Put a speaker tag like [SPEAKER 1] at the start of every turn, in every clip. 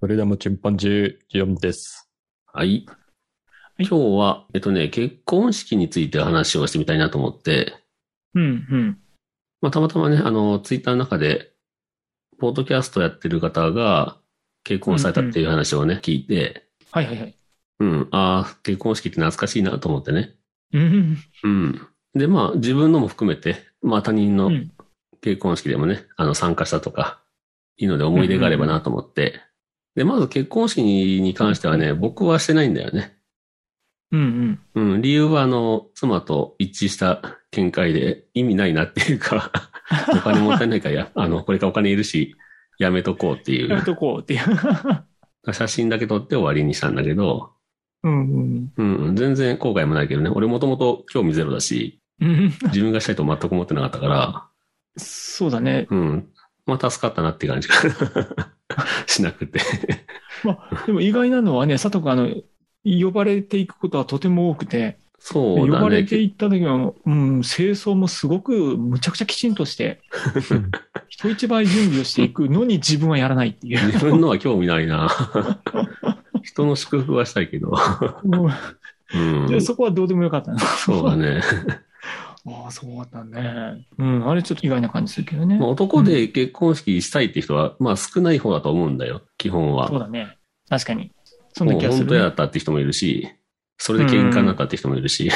[SPEAKER 1] それでもチンパンジー4です。
[SPEAKER 2] はい。
[SPEAKER 3] い
[SPEAKER 2] 今日は、えっとね、結婚式について話をしてみたいなと思って、
[SPEAKER 3] うん、うん。
[SPEAKER 2] まあ、たまたまね、あの、ツイッターの中で、ポッドキャストやってる方が結婚されたっていう話をね、聞いて、
[SPEAKER 3] はいはいはい。
[SPEAKER 2] うん、ああ、結婚式って懐かしいなと思ってね。
[SPEAKER 3] うん。
[SPEAKER 2] うん。で、まあ、自分のも含めて、まあ、他人
[SPEAKER 3] う
[SPEAKER 2] の
[SPEAKER 3] ん
[SPEAKER 2] 結婚式でもね、あの、参加したとか、いいので思い出があればなと思って。で、まず結婚式に関してはね、僕はしてないんだよね。
[SPEAKER 3] うんうん。
[SPEAKER 2] うん、理由はあの、妻と一致した見解で意味ないなっていう か、お金もったいないから、や、あの、これからお金いるし、やめとこうってい
[SPEAKER 3] やめ
[SPEAKER 2] う。
[SPEAKER 3] とこうっていう。
[SPEAKER 2] 写真だけ撮って終わりにしたんだけど、
[SPEAKER 3] うん
[SPEAKER 2] うん、うん全然後悔もないけどね、俺もともと興味ゼロだし、
[SPEAKER 3] うん。
[SPEAKER 2] 自分がしたいと全く思ってなかったから、
[SPEAKER 3] そうだね。
[SPEAKER 2] うん、まあ助かったなって感 じがしなくて。
[SPEAKER 3] でも意外なのはね、佐藤君、あの、呼ばれていくことはとても多くて、
[SPEAKER 2] そ
[SPEAKER 3] 呼
[SPEAKER 2] うだね。
[SPEAKER 3] ばれていった時は、うん、清掃もすごくむちゃくちゃきちんとして、人一倍準備をしていくのに自分はやらないっていう。
[SPEAKER 2] 自分のは興味ない な。人の祝福はしたいけど。うん
[SPEAKER 3] で、そこはどうでもよかったな。
[SPEAKER 2] そうだね。
[SPEAKER 3] ああ、そうだったね。うん、あれちょっと意外な感じするけどね
[SPEAKER 2] まあ。男で結婚式したいって人は、まあ少ない方だと思うんだよ、基本は。
[SPEAKER 3] そうだね。確かに。そんな
[SPEAKER 2] もう
[SPEAKER 3] 気がす
[SPEAKER 2] 本
[SPEAKER 3] る
[SPEAKER 2] 当
[SPEAKER 3] ね、
[SPEAKER 2] やだったって人もいるし、それで喧嘩になったって人もいるし。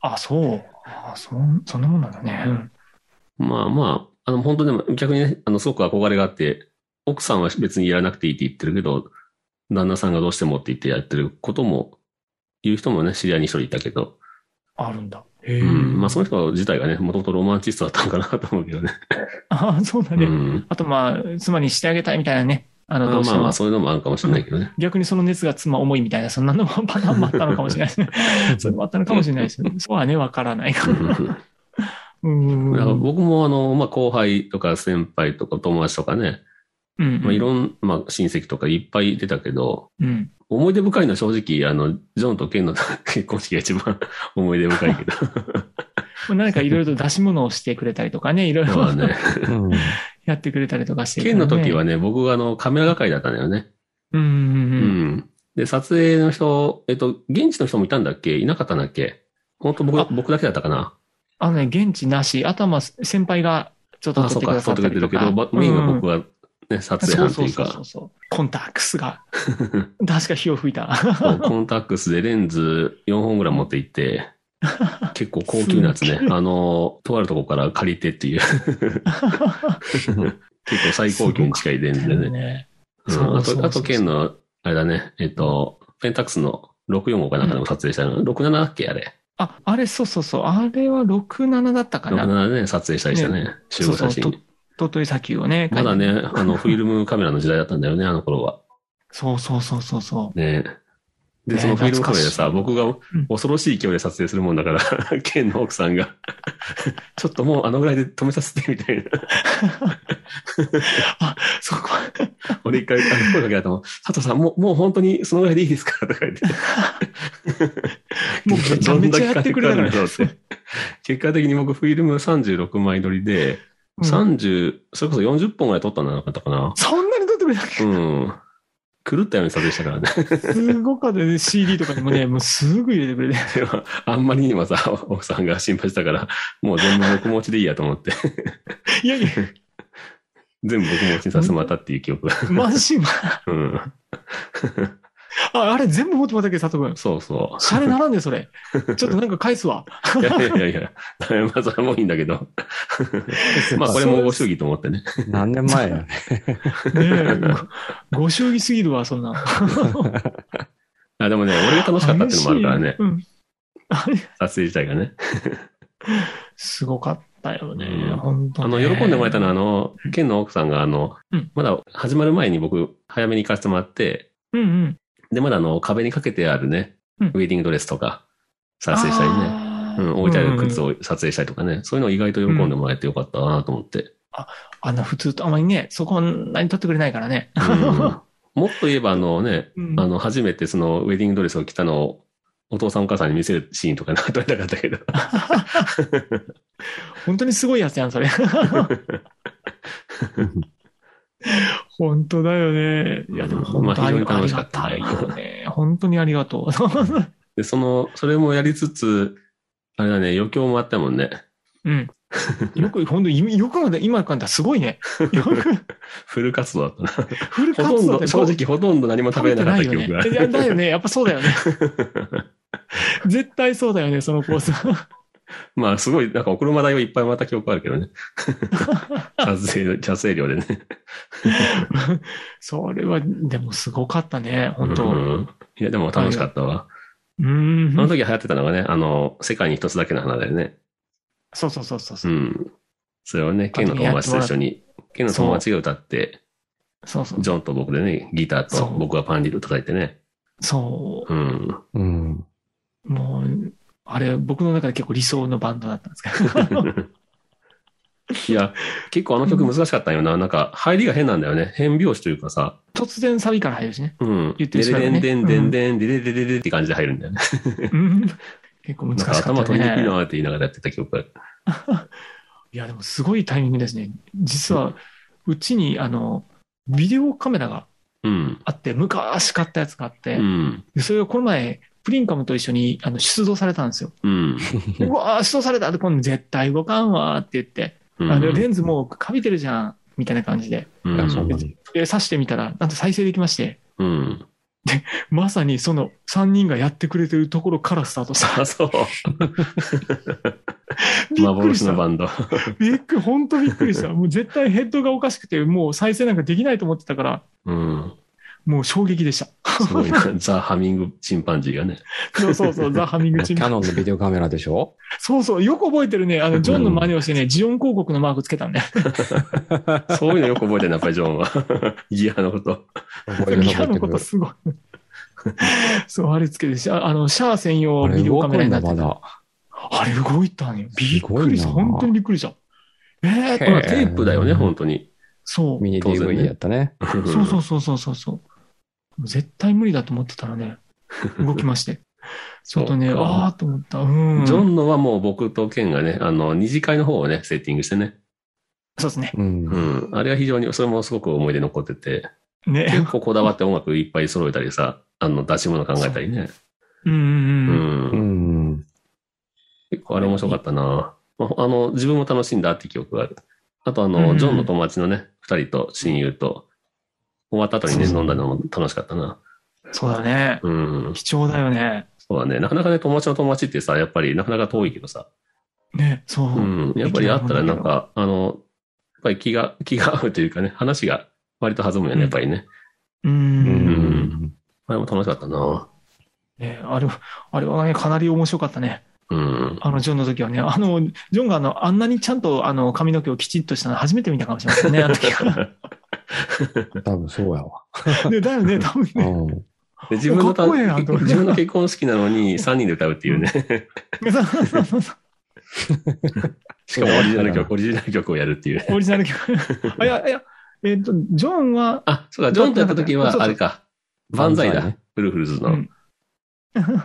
[SPEAKER 3] あ、そう。あ、そん、そんなもんなんだね。
[SPEAKER 2] まあまあ、あの本当でも逆にね、あのすごく憧れがあって、奥さんは別にやらなくていいって言ってるけど、旦那さんがどうしてもって言ってやってることも、言う人もね、知り合いに一人いたけど、
[SPEAKER 3] あるんだ。 へえ。
[SPEAKER 2] うん、まあその人自体がね、もともとロマンチストだったのかなと思うけ どね。
[SPEAKER 3] あ、そう
[SPEAKER 2] う
[SPEAKER 3] だね。
[SPEAKER 2] ん。
[SPEAKER 3] あと、まあ、妻にしてあげたいみたいなね。あの、
[SPEAKER 2] ま
[SPEAKER 3] ど
[SPEAKER 2] あ
[SPEAKER 3] うし
[SPEAKER 2] ま
[SPEAKER 3] て
[SPEAKER 2] あ
[SPEAKER 3] も。
[SPEAKER 2] まあ、そういうのもあるかもしれないけどね。
[SPEAKER 3] 逆にその熱が妻重いみたいな、そんなのもパターンもあったのかもしれ ないですね。それもあったのかもしれないですね。そうはね、わからないか
[SPEAKER 2] う
[SPEAKER 3] ら。
[SPEAKER 2] ん
[SPEAKER 3] うん。
[SPEAKER 2] だから僕もあの、まあ、後輩とか先輩とか友達とかね、
[SPEAKER 3] うん。
[SPEAKER 2] まあ、いろ
[SPEAKER 3] ん
[SPEAKER 2] んまあ、親戚とかいっぱい出たけど、
[SPEAKER 3] うん。
[SPEAKER 2] 思い出深いのは正直、あの、ジョンとケンの結婚式が一番思い出深いけど。
[SPEAKER 3] まあ何かいろいろと出し物をしてくれたりと かね、いろい
[SPEAKER 2] まあ
[SPEAKER 3] ろ
[SPEAKER 2] ね、
[SPEAKER 1] うん
[SPEAKER 3] やってくれたりとかしてる
[SPEAKER 2] ケ
[SPEAKER 3] か
[SPEAKER 2] ン
[SPEAKER 3] ら
[SPEAKER 2] の時は
[SPEAKER 3] ね。
[SPEAKER 2] ね、僕があの、カメラ係だったんだよね。
[SPEAKER 3] うんうん
[SPEAKER 2] う
[SPEAKER 3] うん。
[SPEAKER 2] ん。で、撮影の人、えっと、現地の人もいたんだっけいなかったんだっけ本当僕
[SPEAKER 3] あ
[SPEAKER 2] 僕だけだったかな
[SPEAKER 3] あのね、現地なし、あとはまあ、先輩がちょっと
[SPEAKER 2] あ、そ
[SPEAKER 3] 撮っ
[SPEAKER 2] う
[SPEAKER 3] てく
[SPEAKER 2] か、
[SPEAKER 3] だ
[SPEAKER 2] 撮
[SPEAKER 3] さ
[SPEAKER 2] っ
[SPEAKER 3] ってた
[SPEAKER 2] くれ
[SPEAKER 3] り
[SPEAKER 2] て
[SPEAKER 3] と
[SPEAKER 2] るけ
[SPEAKER 3] か。
[SPEAKER 2] ど、ばメインが
[SPEAKER 3] うん
[SPEAKER 2] 僕はね、撮影班と
[SPEAKER 3] そうそ
[SPEAKER 2] いうう
[SPEAKER 3] そ
[SPEAKER 2] か
[SPEAKER 3] う。そう。コンタックス が、確か火を吹いた。
[SPEAKER 2] そうコンタックスでレンズ4本ぐらい持って行 って、結構高級なやつね
[SPEAKER 3] す。げえ
[SPEAKER 2] あの、とあるとこから借りてって いう、 結構最高級に近いレンズでね。
[SPEAKER 3] ね。
[SPEAKER 2] う
[SPEAKER 3] すごい
[SPEAKER 2] んあ
[SPEAKER 3] そうそう
[SPEAKER 2] と、
[SPEAKER 3] そう
[SPEAKER 2] あと、ケンの、あれだね、えっと、ペンタックスの645かなんかでも撮影したの。67だっけあれ。
[SPEAKER 3] あ、あれ、そうそうそう。あれは67だったかな。
[SPEAKER 2] 67でね撮影したりしたね。集合写
[SPEAKER 3] そう
[SPEAKER 2] 真。
[SPEAKER 3] 鳥取砂丘をね。
[SPEAKER 2] まだ
[SPEAKER 3] 書いて
[SPEAKER 2] ね、あ の、フィルムカメラの時代だったんだよね、あの頃は。
[SPEAKER 3] そうそうそうそうそ
[SPEAKER 2] ねで、
[SPEAKER 3] ね
[SPEAKER 2] そのフィルムカメラでさ、
[SPEAKER 3] 懐かし
[SPEAKER 2] 僕
[SPEAKER 3] い
[SPEAKER 2] が恐ろしい勢いで撮影するもんだから、 ケンの奥さんが、ちょっともうあのぐらいで止めさせてみたい な。
[SPEAKER 3] う。あ、そこ。
[SPEAKER 2] 俺一回あの声かけられたもん、佐藤さん、もう、もう本当にそのぐらいでいいですかとか言って。
[SPEAKER 3] もうめちゃめちゃやってくれたか
[SPEAKER 2] どんだ
[SPEAKER 3] ら
[SPEAKER 2] け買ってくるんだろうって結果的に僕フィルム36枚撮りで、
[SPEAKER 3] うん
[SPEAKER 2] 30、それこそ40本ぐらい撮ったんじゃなかったかな。
[SPEAKER 3] そんなに撮ってくれたっ
[SPEAKER 2] うん。狂ったように撮影したからね。
[SPEAKER 3] けすごかったね。CD とかにもね、もうすぐ入れてくれて。
[SPEAKER 2] でもあんまりにもさ、奥さんが心配したから、もう全部僕持ちでいいやと思って、
[SPEAKER 3] いやいや、
[SPEAKER 2] 全部僕持ちにさせてもらったっていう記憶が。
[SPEAKER 3] マジマ
[SPEAKER 2] うん。
[SPEAKER 3] あ、あれ全部持ってもらったっけ、佐藤君。
[SPEAKER 2] そうそ
[SPEAKER 3] シャレならんね、それ。ちょっとなんか返すわ。
[SPEAKER 2] う。いやいやいやいや、まあそれもいいんだけど、まあこれもご祝儀と思ってね。
[SPEAKER 1] 何年前や
[SPEAKER 3] ね
[SPEAKER 1] ね。
[SPEAKER 3] え、ご祝儀すぎるわ、そんな。
[SPEAKER 2] あでもね、俺が楽しかったっていうのもあるからね、
[SPEAKER 3] 嬉しいうんあれ
[SPEAKER 2] 撮影自体がね。
[SPEAKER 3] すごかっったよね
[SPEAKER 2] うん。
[SPEAKER 3] 本当
[SPEAKER 2] あの、
[SPEAKER 3] ね
[SPEAKER 2] 喜んでもらえたのは、あの、県の奥さんが、あの
[SPEAKER 3] うん、
[SPEAKER 2] まだ始まる前に僕、早めに行かせてもらって、
[SPEAKER 3] うんうん。
[SPEAKER 2] で、まだあの、壁にかけてあるね、
[SPEAKER 3] うん
[SPEAKER 2] ウェディングドレスとか、撮影したりね、
[SPEAKER 3] あ
[SPEAKER 2] う
[SPEAKER 3] ー
[SPEAKER 2] ん、置いてある靴
[SPEAKER 3] うん
[SPEAKER 2] を撮影したりとかね、そういうのを意外と喜んでもらえてよかったなと思って。
[SPEAKER 3] あんな普通とあまりね、そこは何撮ってくれないからね。
[SPEAKER 2] うんもっと言えば、あのね、
[SPEAKER 3] うん
[SPEAKER 2] あの、初めてそのウェディングドレスを着たのを、お父さんお母さんに見せるシーンとかな、撮りたかったけど。
[SPEAKER 3] 本当にすごいやつやん、それ。本当だよね。いや、でも本当
[SPEAKER 2] まあ非
[SPEAKER 3] あ
[SPEAKER 2] 常
[SPEAKER 3] り
[SPEAKER 2] に
[SPEAKER 3] あ
[SPEAKER 2] 楽
[SPEAKER 3] り
[SPEAKER 2] しか
[SPEAKER 3] が
[SPEAKER 2] った
[SPEAKER 3] たいよね。本当にありがとう。
[SPEAKER 2] で、その、それもやりつつ、あれだね、余興もあったもんね。
[SPEAKER 3] うん。よく、本当に、よくまで今考えたらすご いね。よく、
[SPEAKER 2] フル活動だったな。
[SPEAKER 3] フル活
[SPEAKER 2] ほとん
[SPEAKER 3] 動
[SPEAKER 2] ど、
[SPEAKER 3] で
[SPEAKER 2] 正直ほとんど何も食べれなかった記憶があ
[SPEAKER 3] 食べてないよね。いや、
[SPEAKER 2] る。
[SPEAKER 3] だよね。やっぱそうだよ ね。絶対そうだよね、そのコース。
[SPEAKER 2] まあ、すごい、なんかお車代をいっぱいもらった記憶あるけ どね。撮影、撮影料でね。
[SPEAKER 3] それは、でもすごかったね、本
[SPEAKER 2] う
[SPEAKER 3] 当。
[SPEAKER 2] んいや、でも楽しかったわ。
[SPEAKER 3] うん
[SPEAKER 2] あ。の時流行ってたのがね、あの、世界に一つだけの花だよね。
[SPEAKER 3] そうそうそうそうそうう。
[SPEAKER 2] ん。それをね、ケンの友達と一緒に、ケンの友達が歌って、
[SPEAKER 3] そうそう
[SPEAKER 2] ジョンと僕でね、ギター
[SPEAKER 3] そ
[SPEAKER 2] と
[SPEAKER 3] う
[SPEAKER 2] 僕がパンディル叩いてね。
[SPEAKER 3] そう。
[SPEAKER 2] うん。
[SPEAKER 1] うん。
[SPEAKER 3] もう、あれ、僕の中で結構理想のバンドだったんです け ど。
[SPEAKER 2] いや、結構あの曲難しかったんよな。なんか、入りが変なんだよね。変拍子というかさ。
[SPEAKER 3] 突然サビから入るしね。
[SPEAKER 2] うん。
[SPEAKER 3] 言ってる人だ
[SPEAKER 2] で
[SPEAKER 3] よ
[SPEAKER 2] ん
[SPEAKER 3] ね
[SPEAKER 2] でんでんでんでん、でれれれれって感じで入るんだよね。
[SPEAKER 3] うん結構難
[SPEAKER 2] な
[SPEAKER 3] し
[SPEAKER 2] ん
[SPEAKER 3] か
[SPEAKER 2] か
[SPEAKER 3] った
[SPEAKER 2] 頭取りにくい
[SPEAKER 3] ね。
[SPEAKER 2] なって言いながらやってた曲が。
[SPEAKER 3] いや、でもすごいタイミングですね。実は、うちに、あの、ビデオカメラが
[SPEAKER 2] うん。
[SPEAKER 3] あって、昔買ったやつがあっ
[SPEAKER 2] う
[SPEAKER 3] て、
[SPEAKER 2] ん。
[SPEAKER 3] でそれがこの前、プリンカムと一緒にあの出動されたんですよ。
[SPEAKER 2] うん。
[SPEAKER 3] うわー、出動されたって、今度絶対動かんわーって言って、
[SPEAKER 2] うん
[SPEAKER 3] あのレンズもうかびてるじゃん、みたいな感じで。
[SPEAKER 2] うん
[SPEAKER 1] あそうなんだ
[SPEAKER 3] で、刺してみたら、なんと再生できまして、
[SPEAKER 2] うん。
[SPEAKER 3] まさにその3人がやってくれてるところからスタートした。
[SPEAKER 2] あ、そう。
[SPEAKER 3] びっく り
[SPEAKER 2] 幻
[SPEAKER 3] した
[SPEAKER 2] の。バンド。
[SPEAKER 3] びっくり、本当びっく りした。もう絶対ヘッドがおかしくて、もう再生なんかできないと思ってたから、
[SPEAKER 2] うん。
[SPEAKER 3] もう衝撃でした。
[SPEAKER 2] すごいな。ザ・ハミング・チンパンジーがね。
[SPEAKER 3] そうそうそう、ザ・ハミングチ
[SPEAKER 1] キ
[SPEAKER 3] ーム。
[SPEAKER 1] ャノンのビデオカメラでしょ
[SPEAKER 3] そうそう、よく覚えてるね。あの、ジョンの真似をしてね、ジオン広告のマークつけたんだよ。
[SPEAKER 2] そういうのよく覚えてるな、やっぱりジョンは。 ギアのこと。
[SPEAKER 1] 覚え
[SPEAKER 3] ギ
[SPEAKER 1] て
[SPEAKER 3] ア
[SPEAKER 1] る
[SPEAKER 3] のことすごい。 そう、あれつけて、シャあの、シャア専用
[SPEAKER 1] あれ
[SPEAKER 3] ビデオ
[SPEAKER 1] 動
[SPEAKER 3] カ
[SPEAKER 1] く
[SPEAKER 3] メラ
[SPEAKER 1] ん
[SPEAKER 3] にな
[SPEAKER 1] だ、
[SPEAKER 3] って
[SPEAKER 1] ま
[SPEAKER 3] た。
[SPEAKER 1] だ。
[SPEAKER 3] あれ動いたんよ。びっくりした。
[SPEAKER 1] すごいな
[SPEAKER 3] 本当にびっくりした。えー、
[SPEAKER 1] へ
[SPEAKER 2] これはテープだよね、本当に。
[SPEAKER 3] そう。
[SPEAKER 1] ミニ
[SPEAKER 2] 当然ね
[SPEAKER 1] DVD やったね。
[SPEAKER 3] そうそうそうそうそうそう。絶対無理だと思ってたらね、動きまして。ちょっとね、
[SPEAKER 2] そうか
[SPEAKER 3] ああと思った。うん。
[SPEAKER 2] ジョンのはもう僕とケンがね、あの、二次会の方をね、セッティングしてね。
[SPEAKER 3] そうですね。
[SPEAKER 1] うん。
[SPEAKER 2] うん。あれは非常に、それもすごく思い出残ってて、
[SPEAKER 3] ね。
[SPEAKER 2] 結構こだわって音楽いっぱい揃えたりさ、あの、出し物考えたりね。
[SPEAKER 3] うんうん
[SPEAKER 2] う。
[SPEAKER 3] うん。
[SPEAKER 1] うんん。
[SPEAKER 2] 結構あれ面白かったな、まあ、あの、自分も楽しんだって記憶がある。あとあ
[SPEAKER 3] うんう
[SPEAKER 2] の、
[SPEAKER 3] ん
[SPEAKER 2] ジョンの友達のね、二人と親友と、終わった後にね、
[SPEAKER 1] そうそう
[SPEAKER 2] 飲んだのも楽しかったな。
[SPEAKER 3] そうだね。
[SPEAKER 2] うん。
[SPEAKER 3] 貴重だよね。
[SPEAKER 2] そうだね。なかなかね、友達の友達ってさ、やっぱりなかなか遠いけどさ、
[SPEAKER 3] ね、そう。
[SPEAKER 2] うん。やっぱりあったらなんか、あの、やっぱり気が、気が合うというかね、話が割と弾むよ
[SPEAKER 3] うん
[SPEAKER 2] ね、やっぱりね。
[SPEAKER 3] う。
[SPEAKER 1] うんん。
[SPEAKER 2] あれも楽しかったな。
[SPEAKER 3] ね、あれは、あれはね、かなり面白かったね。
[SPEAKER 2] うん。
[SPEAKER 3] あの、ジョンの時はね、あの、ジョンがあの、あんなにちゃんと、あの、髪の毛をきちっとしたの初めて見たかもしれませんね、あの時は。
[SPEAKER 1] 多分そうやわ。
[SPEAKER 3] ね、だよね、多分
[SPEAKER 1] う
[SPEAKER 3] ね。
[SPEAKER 1] ん。
[SPEAKER 2] で自分のた
[SPEAKER 3] かっこええなと思って
[SPEAKER 2] 自分の結婚式なのに3人で歌うっていうね。
[SPEAKER 3] そうそうそうそう
[SPEAKER 2] しかもオリジナル曲、オリジナル曲をやるっていうね。
[SPEAKER 3] オリジナル曲。あ、いや、いや、えっと、ジョンは、
[SPEAKER 2] あ、そうか、ジョンとやった時
[SPEAKER 3] そうそう
[SPEAKER 2] は、あれか、万歳
[SPEAKER 1] 万歳
[SPEAKER 2] だ
[SPEAKER 1] ね。
[SPEAKER 2] フルフルズ
[SPEAKER 3] う
[SPEAKER 2] の
[SPEAKER 3] ん。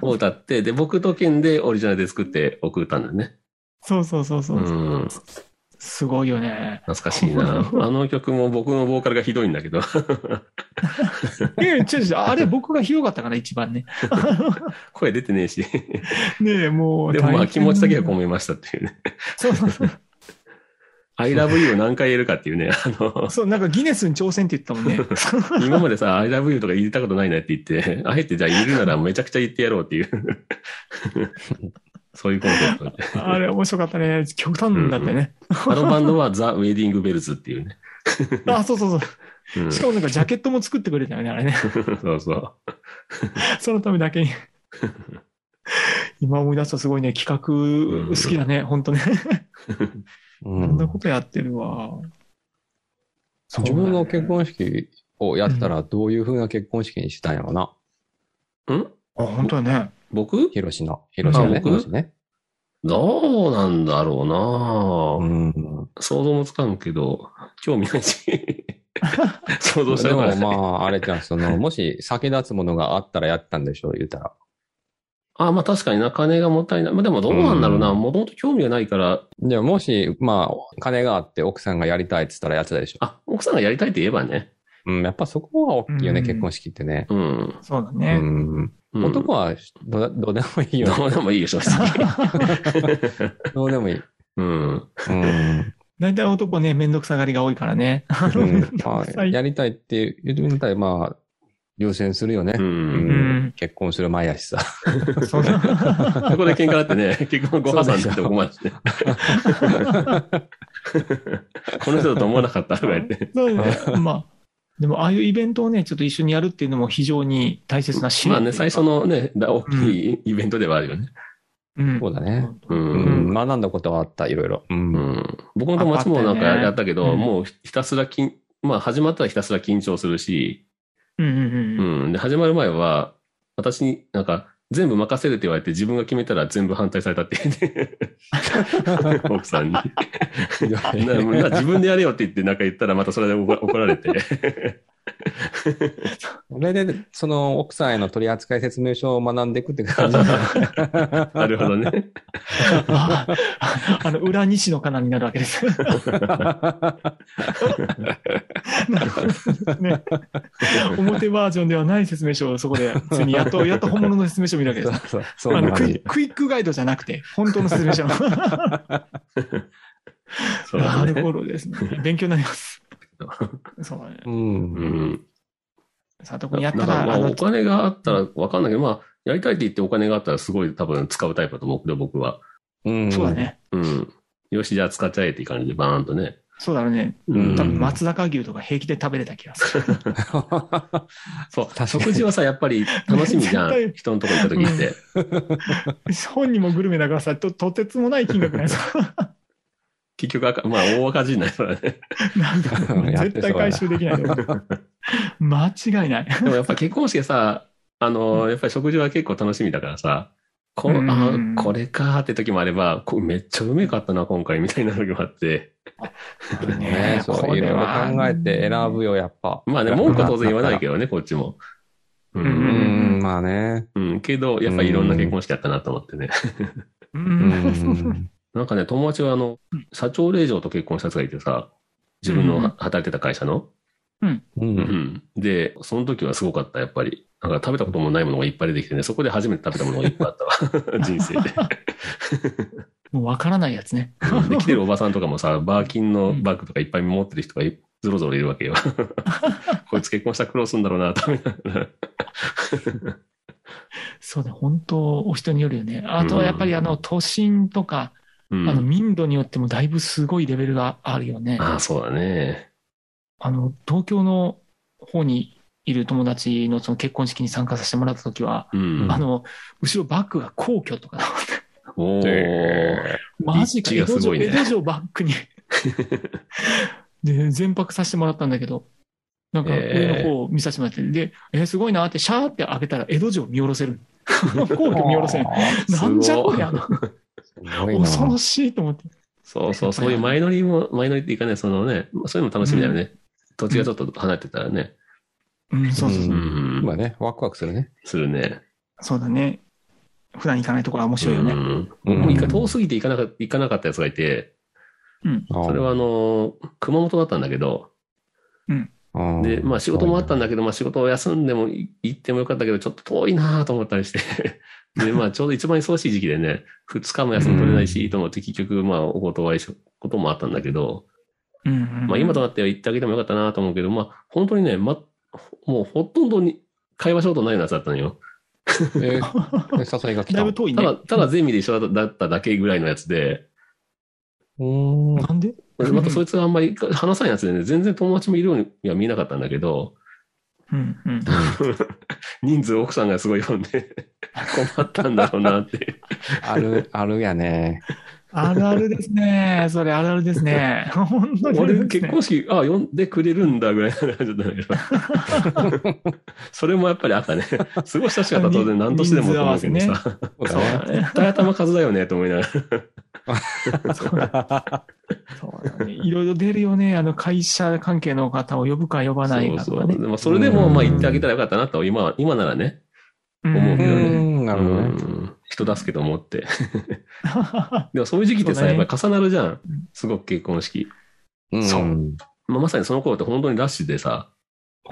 [SPEAKER 2] を歌って、で、僕とケンでオリジナルで作って送ったんだよね。
[SPEAKER 3] そうそうそうそうう。
[SPEAKER 2] ん。
[SPEAKER 3] すごいよね。
[SPEAKER 2] 懐かしいな。あの曲も僕のボーカルがひどいんだけど、
[SPEAKER 3] いやいや、違う違う。あれ、僕がひどかったから、一番ね。
[SPEAKER 2] 声出てねえ し。
[SPEAKER 3] ねえ、もう。
[SPEAKER 2] でもまあ気持ちだけは込
[SPEAKER 3] ん。
[SPEAKER 2] めましたっていうね。
[SPEAKER 3] そうそうそう。
[SPEAKER 2] I love you を何回言えるかっていうね、 あの、
[SPEAKER 3] そう、なんかギネスに挑戦って言ったもんね。
[SPEAKER 2] 今までさ、I love you とか言ったことないねって言って、あえてじゃあ言えるならめちゃくちゃ言ってやろうっていう。 そういうコンセプト で。
[SPEAKER 3] あれ、面白かったね。極端だったよね。
[SPEAKER 2] あのバンドは The Wedding Bells っていうね。
[SPEAKER 3] あ、そうそう
[SPEAKER 2] う
[SPEAKER 3] そ
[SPEAKER 2] ん、
[SPEAKER 3] う。し
[SPEAKER 2] そ
[SPEAKER 3] かもなんかジャケットも作ってくれたよね、あれね。
[SPEAKER 2] うそう。
[SPEAKER 3] そのためだけに。今思い出すとすごいね、企画好きだね、ほんとね。
[SPEAKER 1] う
[SPEAKER 3] いろんなんことやってるわ。そう
[SPEAKER 1] 自分の結婚式をやったら、どういう風な結婚式にしたんやろな。
[SPEAKER 2] ん
[SPEAKER 3] あ、本当やね。
[SPEAKER 2] 僕
[SPEAKER 1] 広島の。広島
[SPEAKER 2] あ
[SPEAKER 1] ね。
[SPEAKER 2] 僕
[SPEAKER 1] 広島ね。
[SPEAKER 2] どうなんだろう
[SPEAKER 1] う
[SPEAKER 2] な、
[SPEAKER 1] ん。
[SPEAKER 2] 想像もつかんけど、興味ない し。想像した
[SPEAKER 1] で
[SPEAKER 2] らね
[SPEAKER 1] もまあ、あれじゃん、そ の、もし先立つものがあったらやったんでしょう、言うたら。
[SPEAKER 2] あ、まあ確かにな、金がもったいない。まあでもどうなんだろうな。
[SPEAKER 1] うん
[SPEAKER 2] もともと興味がないから、
[SPEAKER 1] じゃあもし、まあ、金があって奥さんがやりたいって言ったらやってたでしょ。
[SPEAKER 2] あ、奥さんがやりたいって言えばね。
[SPEAKER 1] うん、やっぱそこは大きいよね、
[SPEAKER 3] うん
[SPEAKER 1] 結婚式ってね。
[SPEAKER 2] うん。
[SPEAKER 3] そうだ
[SPEAKER 1] う
[SPEAKER 3] ね。
[SPEAKER 1] ん。
[SPEAKER 2] うん、
[SPEAKER 1] 男はど、どうでもいいよね。
[SPEAKER 2] どうでもいいよ、正 直。
[SPEAKER 1] どうでもいい。
[SPEAKER 2] うん。
[SPEAKER 1] うん。
[SPEAKER 3] 大体男ね、めんどくさがりが多いからね。
[SPEAKER 1] うん
[SPEAKER 3] く
[SPEAKER 1] ま
[SPEAKER 3] さ
[SPEAKER 1] あ、
[SPEAKER 3] い
[SPEAKER 1] やりたいって言うたら、まあ、優先するよね
[SPEAKER 2] う。。
[SPEAKER 1] うん
[SPEAKER 3] ん
[SPEAKER 1] ん。結婚する前やしさ。
[SPEAKER 3] そんな。
[SPEAKER 2] そこで喧嘩だってね、 結局ご破産になって困るしね。 この人だと思わなかったとか言って。
[SPEAKER 3] そうだね。まあ。でも、ああいうイベントをね、ちょっと一緒にやるっていうのも非常に大切なシーン。
[SPEAKER 2] まあね、最初。のね、だ大きいイベントではあるよね。
[SPEAKER 3] うん。
[SPEAKER 1] そうだね。
[SPEAKER 2] う。
[SPEAKER 1] うんん。学んだことはあった、いろいろ。う。
[SPEAKER 2] うん ん。僕の友達もなんか
[SPEAKER 3] ああったね
[SPEAKER 2] やったけど、
[SPEAKER 3] うん
[SPEAKER 2] もうひたすら緊、まあ始まったらひたすら緊張するし、
[SPEAKER 3] うんうんう
[SPEAKER 2] う
[SPEAKER 3] ん。
[SPEAKER 2] ん。で、始まる前は、私になんか、全部任せるって言われて、自分が決めたら全部反対されたって言って、 奥さん に。
[SPEAKER 1] ひどい
[SPEAKER 2] なな自分でやれよって言って、なんか言ったら、またそれで怒怒られ て。
[SPEAKER 1] それで、その奥さんへの取扱説明書を学んでいくっ て感じ。
[SPEAKER 2] なるほどね。
[SPEAKER 3] ああの、裏西のカナになるわけです。なるほどね表バージョンではない説明書をそこで、普通にやっ と、やっと本物の説明書を見るわけです。
[SPEAKER 1] そうそう、そ
[SPEAKER 3] あ
[SPEAKER 1] ん
[SPEAKER 3] の
[SPEAKER 1] な
[SPEAKER 3] ク
[SPEAKER 1] 感
[SPEAKER 3] イ
[SPEAKER 1] じ。
[SPEAKER 3] クイックガイドじゃなくて、本当の説明書。
[SPEAKER 2] そう
[SPEAKER 3] な
[SPEAKER 2] だ
[SPEAKER 3] る
[SPEAKER 2] ね。
[SPEAKER 3] ほどですね。勉強になります。そうね。
[SPEAKER 1] う。
[SPEAKER 2] うんん。
[SPEAKER 3] 佐藤君や
[SPEAKER 2] だ
[SPEAKER 3] っ
[SPEAKER 2] か
[SPEAKER 3] た
[SPEAKER 2] ら、
[SPEAKER 3] ら、
[SPEAKER 2] ま
[SPEAKER 3] あ
[SPEAKER 2] あ、
[SPEAKER 3] の
[SPEAKER 2] お、金があったらわかんないけど、まあ、やりたいって言ってお金があったら、すごい多分使うタイプだと思うけど、僕は。
[SPEAKER 1] うん。
[SPEAKER 3] そうだ。ね。
[SPEAKER 2] うん。よし、じゃあ使っちゃえっていう感じで、バーンとね。
[SPEAKER 3] そうだろうね。
[SPEAKER 1] うん
[SPEAKER 3] 多分松坂牛とか平気で食べれた気がする。
[SPEAKER 2] そう
[SPEAKER 1] 確か。に
[SPEAKER 2] 食事はさ、やっぱり楽しみじゃ
[SPEAKER 3] 絶
[SPEAKER 2] ん。人の
[SPEAKER 3] 対
[SPEAKER 2] とこ行った時って。
[SPEAKER 3] 本人もグルメだからさ、ととてつもない金額なんですよ
[SPEAKER 2] 結局赤、まあ大赤字になるからね。
[SPEAKER 3] なんか
[SPEAKER 1] やっ
[SPEAKER 3] 絶
[SPEAKER 1] てそう
[SPEAKER 3] 対
[SPEAKER 1] やな
[SPEAKER 3] 回収できないと 思う。間違いない。
[SPEAKER 2] でもやっぱ結婚式さ、あの、やっぱり食事は結構楽しみだからさ、こ
[SPEAKER 3] うん
[SPEAKER 2] あこれかーって時もあれば、こめっちゃうめかったな、今回みたいな時もあって。
[SPEAKER 1] ね、そう、いろいろ考えて選ぶよ、やっぱ。
[SPEAKER 2] まあね、文句は当然言わないけどね、こっちも。う。
[SPEAKER 1] うんん、まあね。
[SPEAKER 2] うん。けど、やっぱりいろんな結婚式だったなと思ってね。
[SPEAKER 3] う。
[SPEAKER 1] うんん。
[SPEAKER 2] なんかね、友達はあの、社長令嬢と結婚したやつがいてさ、自分
[SPEAKER 3] うん
[SPEAKER 2] の働いてた会社の。
[SPEAKER 1] う。
[SPEAKER 2] うんん。で、その時はすごかった、やっぱり。なんか食べたこともないものがいっぱい出てきてね、そこで初めて食べたものがいっぱいあったわ。 人生で。
[SPEAKER 3] もうわからないやつね。
[SPEAKER 2] で、来てるおばさんとかもさ、バーキンのバッグとかいっぱい持ってる人がいゾロゾロいるわけ よ。こいつ結婚したら苦労するんだろうな、と思いながら。
[SPEAKER 3] そうね、本当、お人によるよね。あとはやっぱり、あの、都心とか、
[SPEAKER 2] う
[SPEAKER 3] あの、
[SPEAKER 2] ん。
[SPEAKER 3] 民度によってもだいぶすごいレベルがあるよね。
[SPEAKER 2] ああ、そうだね。
[SPEAKER 3] あの、東京の方にいる友達のその結婚式に参加させてもらった時は、
[SPEAKER 2] うん。
[SPEAKER 3] あの、後ろバックが皇居とか、
[SPEAKER 2] おー。
[SPEAKER 3] マジ
[SPEAKER 2] 立
[SPEAKER 3] か、
[SPEAKER 2] 地
[SPEAKER 3] 江
[SPEAKER 2] が
[SPEAKER 3] 戸
[SPEAKER 2] す
[SPEAKER 3] 城、
[SPEAKER 2] ごいね
[SPEAKER 3] 江戸城バッ クに。で、全泊させてもらったんだけど、なんか上の方を見させてもらって、で、えーすごいなって、シャーって開けたら江戸城見下ろせ る。皇居見下ろせる。
[SPEAKER 2] す
[SPEAKER 3] な
[SPEAKER 2] ごい
[SPEAKER 3] んじゃこりゃ、
[SPEAKER 1] すごいな。
[SPEAKER 3] 恐ろしいと思って。
[SPEAKER 2] そうそう、そういうマイノリも、マイノリっていうかね、そのね、そういうの楽しみだよね。土地がちょっと離れてたらね、
[SPEAKER 3] うん、そうそうそうう。
[SPEAKER 2] ん
[SPEAKER 1] まあね、ワクワクするね。
[SPEAKER 2] するね。
[SPEAKER 3] そうだね。普段行かないところは面白いよね。
[SPEAKER 2] ん。
[SPEAKER 1] う
[SPEAKER 2] もう一回遠すぎて行かなか行かなかったやつがいて、それはあの、熊本だったんだけど、
[SPEAKER 1] の
[SPEAKER 2] で、まあ仕事もあったんだけど、まあ仕事を休んでもい行ってもよかったけど、ちょっと遠いなと思ったりして。 で、まあちょうど一番忙しい時期でね、2日も休み取れないし、と思って結局、まあお断りしたこともあったんだけど、
[SPEAKER 3] うんうんうん
[SPEAKER 2] まあ今となっては行ってあげてもよかったなと思うけど、まあ本当にね、ま、もうほとんどに会話しようとないようなやつだったのよ。
[SPEAKER 1] えー、誘いが来
[SPEAKER 3] だ
[SPEAKER 1] た。
[SPEAKER 3] いうぶ遠い
[SPEAKER 2] た
[SPEAKER 3] ね
[SPEAKER 2] だ、。ただゼミで一緒だだっただけぐらいのやつで、
[SPEAKER 1] ーん。
[SPEAKER 3] なんで
[SPEAKER 2] でまたそいつがあんまり話さないやつでね、全然友達もいるようには見えなかったんだけど、
[SPEAKER 3] うんうん。
[SPEAKER 2] 人数奥さん がすごい読んで困ったんだろうなって。
[SPEAKER 1] ある、あるやね。
[SPEAKER 3] あるあるですね。それあるあるですね。本当にあるあ
[SPEAKER 2] 俺
[SPEAKER 3] るです
[SPEAKER 2] 結
[SPEAKER 3] ね
[SPEAKER 2] 婚式、あ、呼んでくれるんだぐらいな感じだったけ ど。それもやっぱりあったね。過ごしたしかったら当然何年でもと思うけど
[SPEAKER 3] 人数合わ
[SPEAKER 2] さ。
[SPEAKER 1] そう
[SPEAKER 2] そう絶対頭数だよねと思いながら。
[SPEAKER 1] だ
[SPEAKER 3] そうだねいろいろ出るよね。あの、会社関係の方を呼ぶか呼ばないかと
[SPEAKER 2] そ
[SPEAKER 3] か
[SPEAKER 2] うそ
[SPEAKER 3] ね
[SPEAKER 2] う。でもそれでも、まあ
[SPEAKER 3] うん
[SPEAKER 2] 言ってあげたらよかったなと、今は、今ならね。
[SPEAKER 3] うん
[SPEAKER 2] 思うけ
[SPEAKER 1] ね。
[SPEAKER 2] どね
[SPEAKER 1] うん、なるほど
[SPEAKER 2] う
[SPEAKER 1] ね。
[SPEAKER 2] ん人助けと思 って。でもそういう時期って
[SPEAKER 3] そう
[SPEAKER 2] さ、
[SPEAKER 3] だね
[SPEAKER 2] やっぱり重なるじゃん
[SPEAKER 3] ん。
[SPEAKER 2] すごく結婚式。
[SPEAKER 1] うん
[SPEAKER 3] そう
[SPEAKER 2] まあ、まさにその頃って本当にラッシュでさ、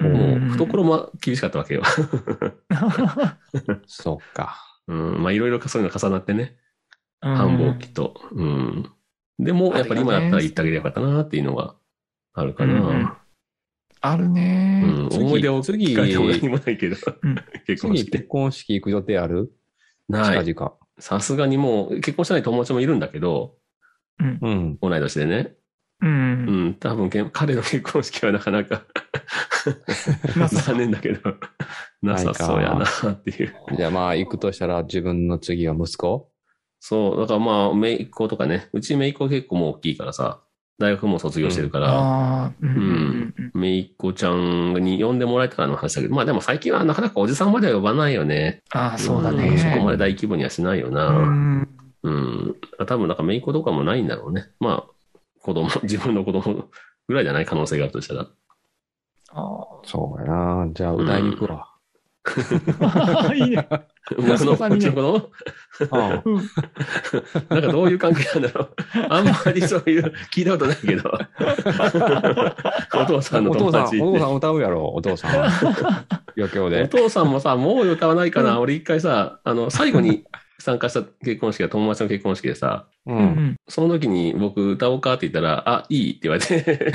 [SPEAKER 3] う
[SPEAKER 2] もうん懐も厳しかったわけよ。
[SPEAKER 1] そうか。
[SPEAKER 2] うん、まあいろいろそういうの重なってね、繁忙期と。うん。でも、やっぱり今だったら言ってあげればよかったなっていうのがあるかな。
[SPEAKER 3] ある
[SPEAKER 2] う
[SPEAKER 3] ね。
[SPEAKER 2] ん、
[SPEAKER 1] 次
[SPEAKER 2] 思い出を
[SPEAKER 1] 次
[SPEAKER 2] 聞かれても何もないけど
[SPEAKER 3] うん、
[SPEAKER 2] 結婚
[SPEAKER 1] 次
[SPEAKER 2] 式
[SPEAKER 1] 結
[SPEAKER 2] て。
[SPEAKER 1] 婚式行く予定ある
[SPEAKER 2] ない。
[SPEAKER 1] 近々。
[SPEAKER 2] さすがにもう、結婚してない友達もいるんだけど、
[SPEAKER 1] うん。
[SPEAKER 2] 同い年でね。
[SPEAKER 3] うん
[SPEAKER 2] う。ん、多分けん、彼の結婚式はなかなか
[SPEAKER 3] なさそう
[SPEAKER 2] 残念だけど、なさそうやなっていう。
[SPEAKER 1] じゃあまあ行くとしたら自分の次は息子
[SPEAKER 2] そう、だからまあ、姪っ子とかね、うち姪っ子結構もう大きいからさ、大学も卒業してるから、
[SPEAKER 3] ああ、うんうんうん
[SPEAKER 2] 姪っ子ちゃんに呼んでもらえたらの話だけど、まあでも最近はなかなかおじさんまでは呼ばないよね。
[SPEAKER 3] ああ、そうだ
[SPEAKER 2] んそこま
[SPEAKER 3] ね。
[SPEAKER 2] で大規模にはしないよ
[SPEAKER 3] う
[SPEAKER 2] な。
[SPEAKER 3] ん
[SPEAKER 2] うん。多分なんか姪っ子とかもないんだろうね。まあ、子供、 自分の子供ぐらいじゃない可能性があるとしたら。
[SPEAKER 3] あ
[SPEAKER 1] そうやな。じゃあ歌いに行くわ。
[SPEAKER 3] あ いいね。
[SPEAKER 2] 僕の、こっちの子供
[SPEAKER 1] うん
[SPEAKER 3] うん
[SPEAKER 2] なんかどういう関係なんだろう。 あんまりそういう、 聞いたことないけど。お父さんの
[SPEAKER 1] お
[SPEAKER 2] 友
[SPEAKER 1] 父さん、お
[SPEAKER 2] 達。
[SPEAKER 1] 父さん歌うやろ、お父さん。 余興
[SPEAKER 2] お
[SPEAKER 1] で。
[SPEAKER 2] 父さんもさ、もう歌わないかな。俺一回さ、あの、最後に参加した結婚式が友達の結婚式でさ、
[SPEAKER 1] う。
[SPEAKER 3] うんん
[SPEAKER 2] その時に僕歌おうかって言ったら、あ、いいって言われて、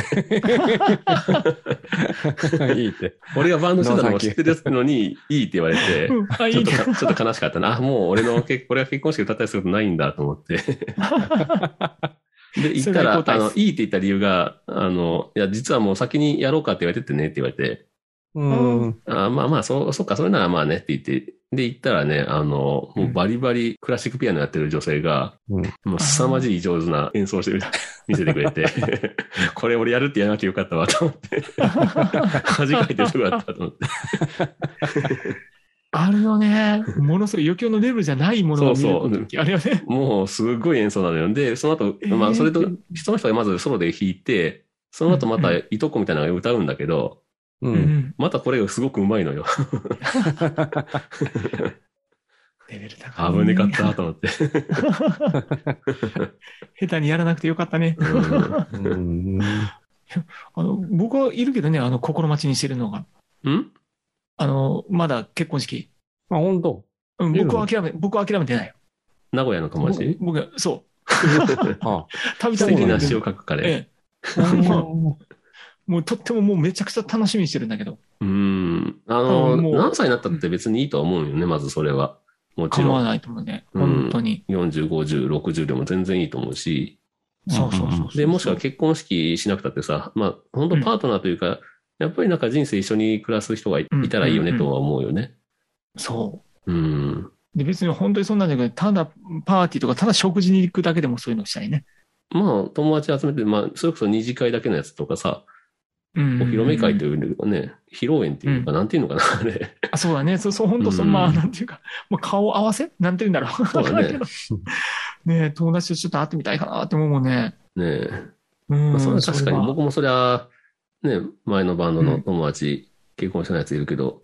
[SPEAKER 1] いいって。
[SPEAKER 2] 俺がバンドしてたのも知ってるのに、いいって言われ て、
[SPEAKER 3] うんあ、い
[SPEAKER 2] ちょ
[SPEAKER 3] い
[SPEAKER 2] っ
[SPEAKER 3] ね
[SPEAKER 2] と。か、ちょっと悲しかったな。あ、もう俺の結、俺が結婚式歌ったりすることないんだと思って。で、行った
[SPEAKER 3] 世代
[SPEAKER 2] ら、
[SPEAKER 3] 交代
[SPEAKER 2] あ
[SPEAKER 3] っす
[SPEAKER 2] の、いいって言った理由が、あの、いや、実はもう先にやろうかって言われててねって言われて、
[SPEAKER 1] うん。
[SPEAKER 2] あまあまあ、そう、そっか、それならまあねって言って、で、行ったらね、あの、もうバリバリクラシックピアノやってる女性が、
[SPEAKER 1] うん
[SPEAKER 2] もう凄まじい上手な演奏をして みた、見せてくれて、 これ俺やるってやらなきゃよかったわと思 って、恥かいてるとこだったと思って。
[SPEAKER 3] あるよね。ものすごい余興のレベルじゃないものを見る時あるよね。
[SPEAKER 2] もうすごい演奏なのよ。で、その後、
[SPEAKER 3] えー
[SPEAKER 2] まあ、それと、その人がまずソロで弾いて、その後また
[SPEAKER 3] うん
[SPEAKER 2] いとこみたいなのが歌うんだけど、
[SPEAKER 1] う。
[SPEAKER 3] うんん
[SPEAKER 2] またこれがすごくうまいのよ。
[SPEAKER 3] レベル高い。
[SPEAKER 2] 危ねかっ。たと思って。
[SPEAKER 3] 下手にやらなくてよかったね。
[SPEAKER 1] うん。
[SPEAKER 3] あの僕はいるけどね、あの心待ちにしてるのが。
[SPEAKER 2] うんん
[SPEAKER 3] あの、まだ結婚式。
[SPEAKER 1] あ、本当。
[SPEAKER 3] うん、
[SPEAKER 1] いいの
[SPEAKER 3] 僕は諦め、僕は諦めてないよ。
[SPEAKER 2] 名古屋の友達
[SPEAKER 3] 僕僕は、そう。
[SPEAKER 1] あ、
[SPEAKER 3] たびた
[SPEAKER 2] 素
[SPEAKER 3] び
[SPEAKER 2] 敵
[SPEAKER 3] 来
[SPEAKER 2] な
[SPEAKER 3] る。
[SPEAKER 2] 詩を書く彼。
[SPEAKER 3] ええ。もうとってももうめちゃくちゃ楽しみにしてるんだけど、
[SPEAKER 2] うん。あ
[SPEAKER 3] う
[SPEAKER 2] の、
[SPEAKER 3] んもう
[SPEAKER 2] 何歳になったって別にいいとは思うよね、まずそれは。もち
[SPEAKER 3] 構
[SPEAKER 2] ろ
[SPEAKER 3] わ
[SPEAKER 2] ん。
[SPEAKER 3] ないと思うね。
[SPEAKER 2] うん
[SPEAKER 3] 本当に。
[SPEAKER 2] 40、50、60でも全然いいと思うし。
[SPEAKER 3] そうそうそうそう。
[SPEAKER 2] で、もしくは結婚式しなくたってさ、まあ、本当パートナーというか、やっぱりなんか人生一緒に暮らす人がい
[SPEAKER 3] うん
[SPEAKER 2] いたらいいよねとは思うよね。
[SPEAKER 3] そ
[SPEAKER 2] うん。
[SPEAKER 3] う。で、別に本当にそんなんじゃなくて、ただパーティーとか、ただ食事に行くだけでもそういうのしたいね。
[SPEAKER 2] まあ、友達集めて、まあ、それこそ二次会だけのやつとかさ、
[SPEAKER 3] お
[SPEAKER 2] お披露目会と
[SPEAKER 3] いう。
[SPEAKER 2] いうかね、披露宴っていうか、なんていうのかな、あれ。
[SPEAKER 3] あそうだね。そう、そう、本当そ
[SPEAKER 2] うん
[SPEAKER 3] んな、なんていうか、もう顔合わせなんて言うんだろう。
[SPEAKER 2] そうだね
[SPEAKER 3] わかんないけど ねえ友達とちょっと会ってみたいかなって思うもんね。
[SPEAKER 2] ねえ。
[SPEAKER 3] うん。
[SPEAKER 2] まあ、それは確かに、
[SPEAKER 3] それは
[SPEAKER 2] 僕もそりゃ、ね、前のバンドの友達、結婚してないやついるけど、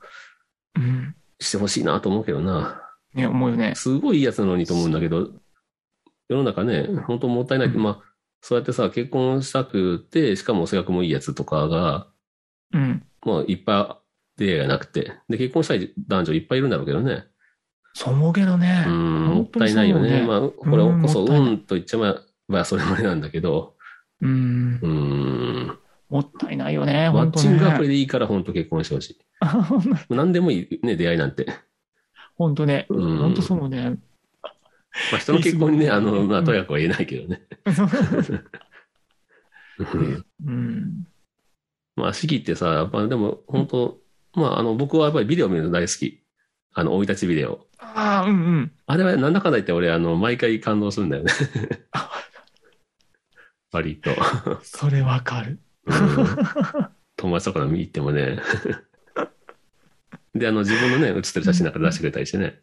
[SPEAKER 3] うん。
[SPEAKER 2] してほしいなと思うけどな。
[SPEAKER 3] ね、思うよね。
[SPEAKER 2] すごいいいやつなのにと思うんだけど、世の中ね、本当もったいない。
[SPEAKER 3] うん
[SPEAKER 2] まあ、そうやってさ、結婚したくて、しかも性格もいいやつとかが、
[SPEAKER 3] うん。
[SPEAKER 2] まあ、いっぱい出会いがなくて。で、結婚したい男女いっぱいいるんだろうけどね。
[SPEAKER 3] そう思うけどね
[SPEAKER 2] う。ん、も
[SPEAKER 3] 本
[SPEAKER 2] っ
[SPEAKER 3] 当
[SPEAKER 2] た
[SPEAKER 3] に
[SPEAKER 2] い
[SPEAKER 3] そう
[SPEAKER 2] ない
[SPEAKER 3] 思
[SPEAKER 2] よ
[SPEAKER 3] うね
[SPEAKER 2] ね。まあ、これこそ、
[SPEAKER 3] うんもったい
[SPEAKER 2] う
[SPEAKER 3] ない
[SPEAKER 2] んと言っちゃまあ、それまでなんだけど、
[SPEAKER 3] うん。
[SPEAKER 2] うん、
[SPEAKER 3] もったいないよね、
[SPEAKER 2] マッ
[SPEAKER 3] 本当
[SPEAKER 2] チン
[SPEAKER 3] ね
[SPEAKER 2] グアプリでいいから本当結婚してほしい。何でもいいね、出会いなんて。
[SPEAKER 3] 本当ね。
[SPEAKER 2] うん
[SPEAKER 3] 本当そう思うね。
[SPEAKER 2] まあ、人の結婚にね、
[SPEAKER 3] いい
[SPEAKER 2] あ
[SPEAKER 3] 質問
[SPEAKER 2] の、まあ、とやかくは言えないけどね。うん
[SPEAKER 3] うん。
[SPEAKER 2] まあ、四季ってさ、やっぱでも、本当、まあ、あの、僕はやっぱりビデオ見るの大好き。あの、生い立ちビデオ。
[SPEAKER 3] ああ、うんうん。
[SPEAKER 2] あれは、なんだかんだ言って俺、あの、毎回感動するんだよね。
[SPEAKER 3] あ
[SPEAKER 2] 割と。
[SPEAKER 3] それわかる。
[SPEAKER 2] うん友達とかの見に行ってもね。で、あの、自分のね、写ってる写真なんか出してくれたりしてね。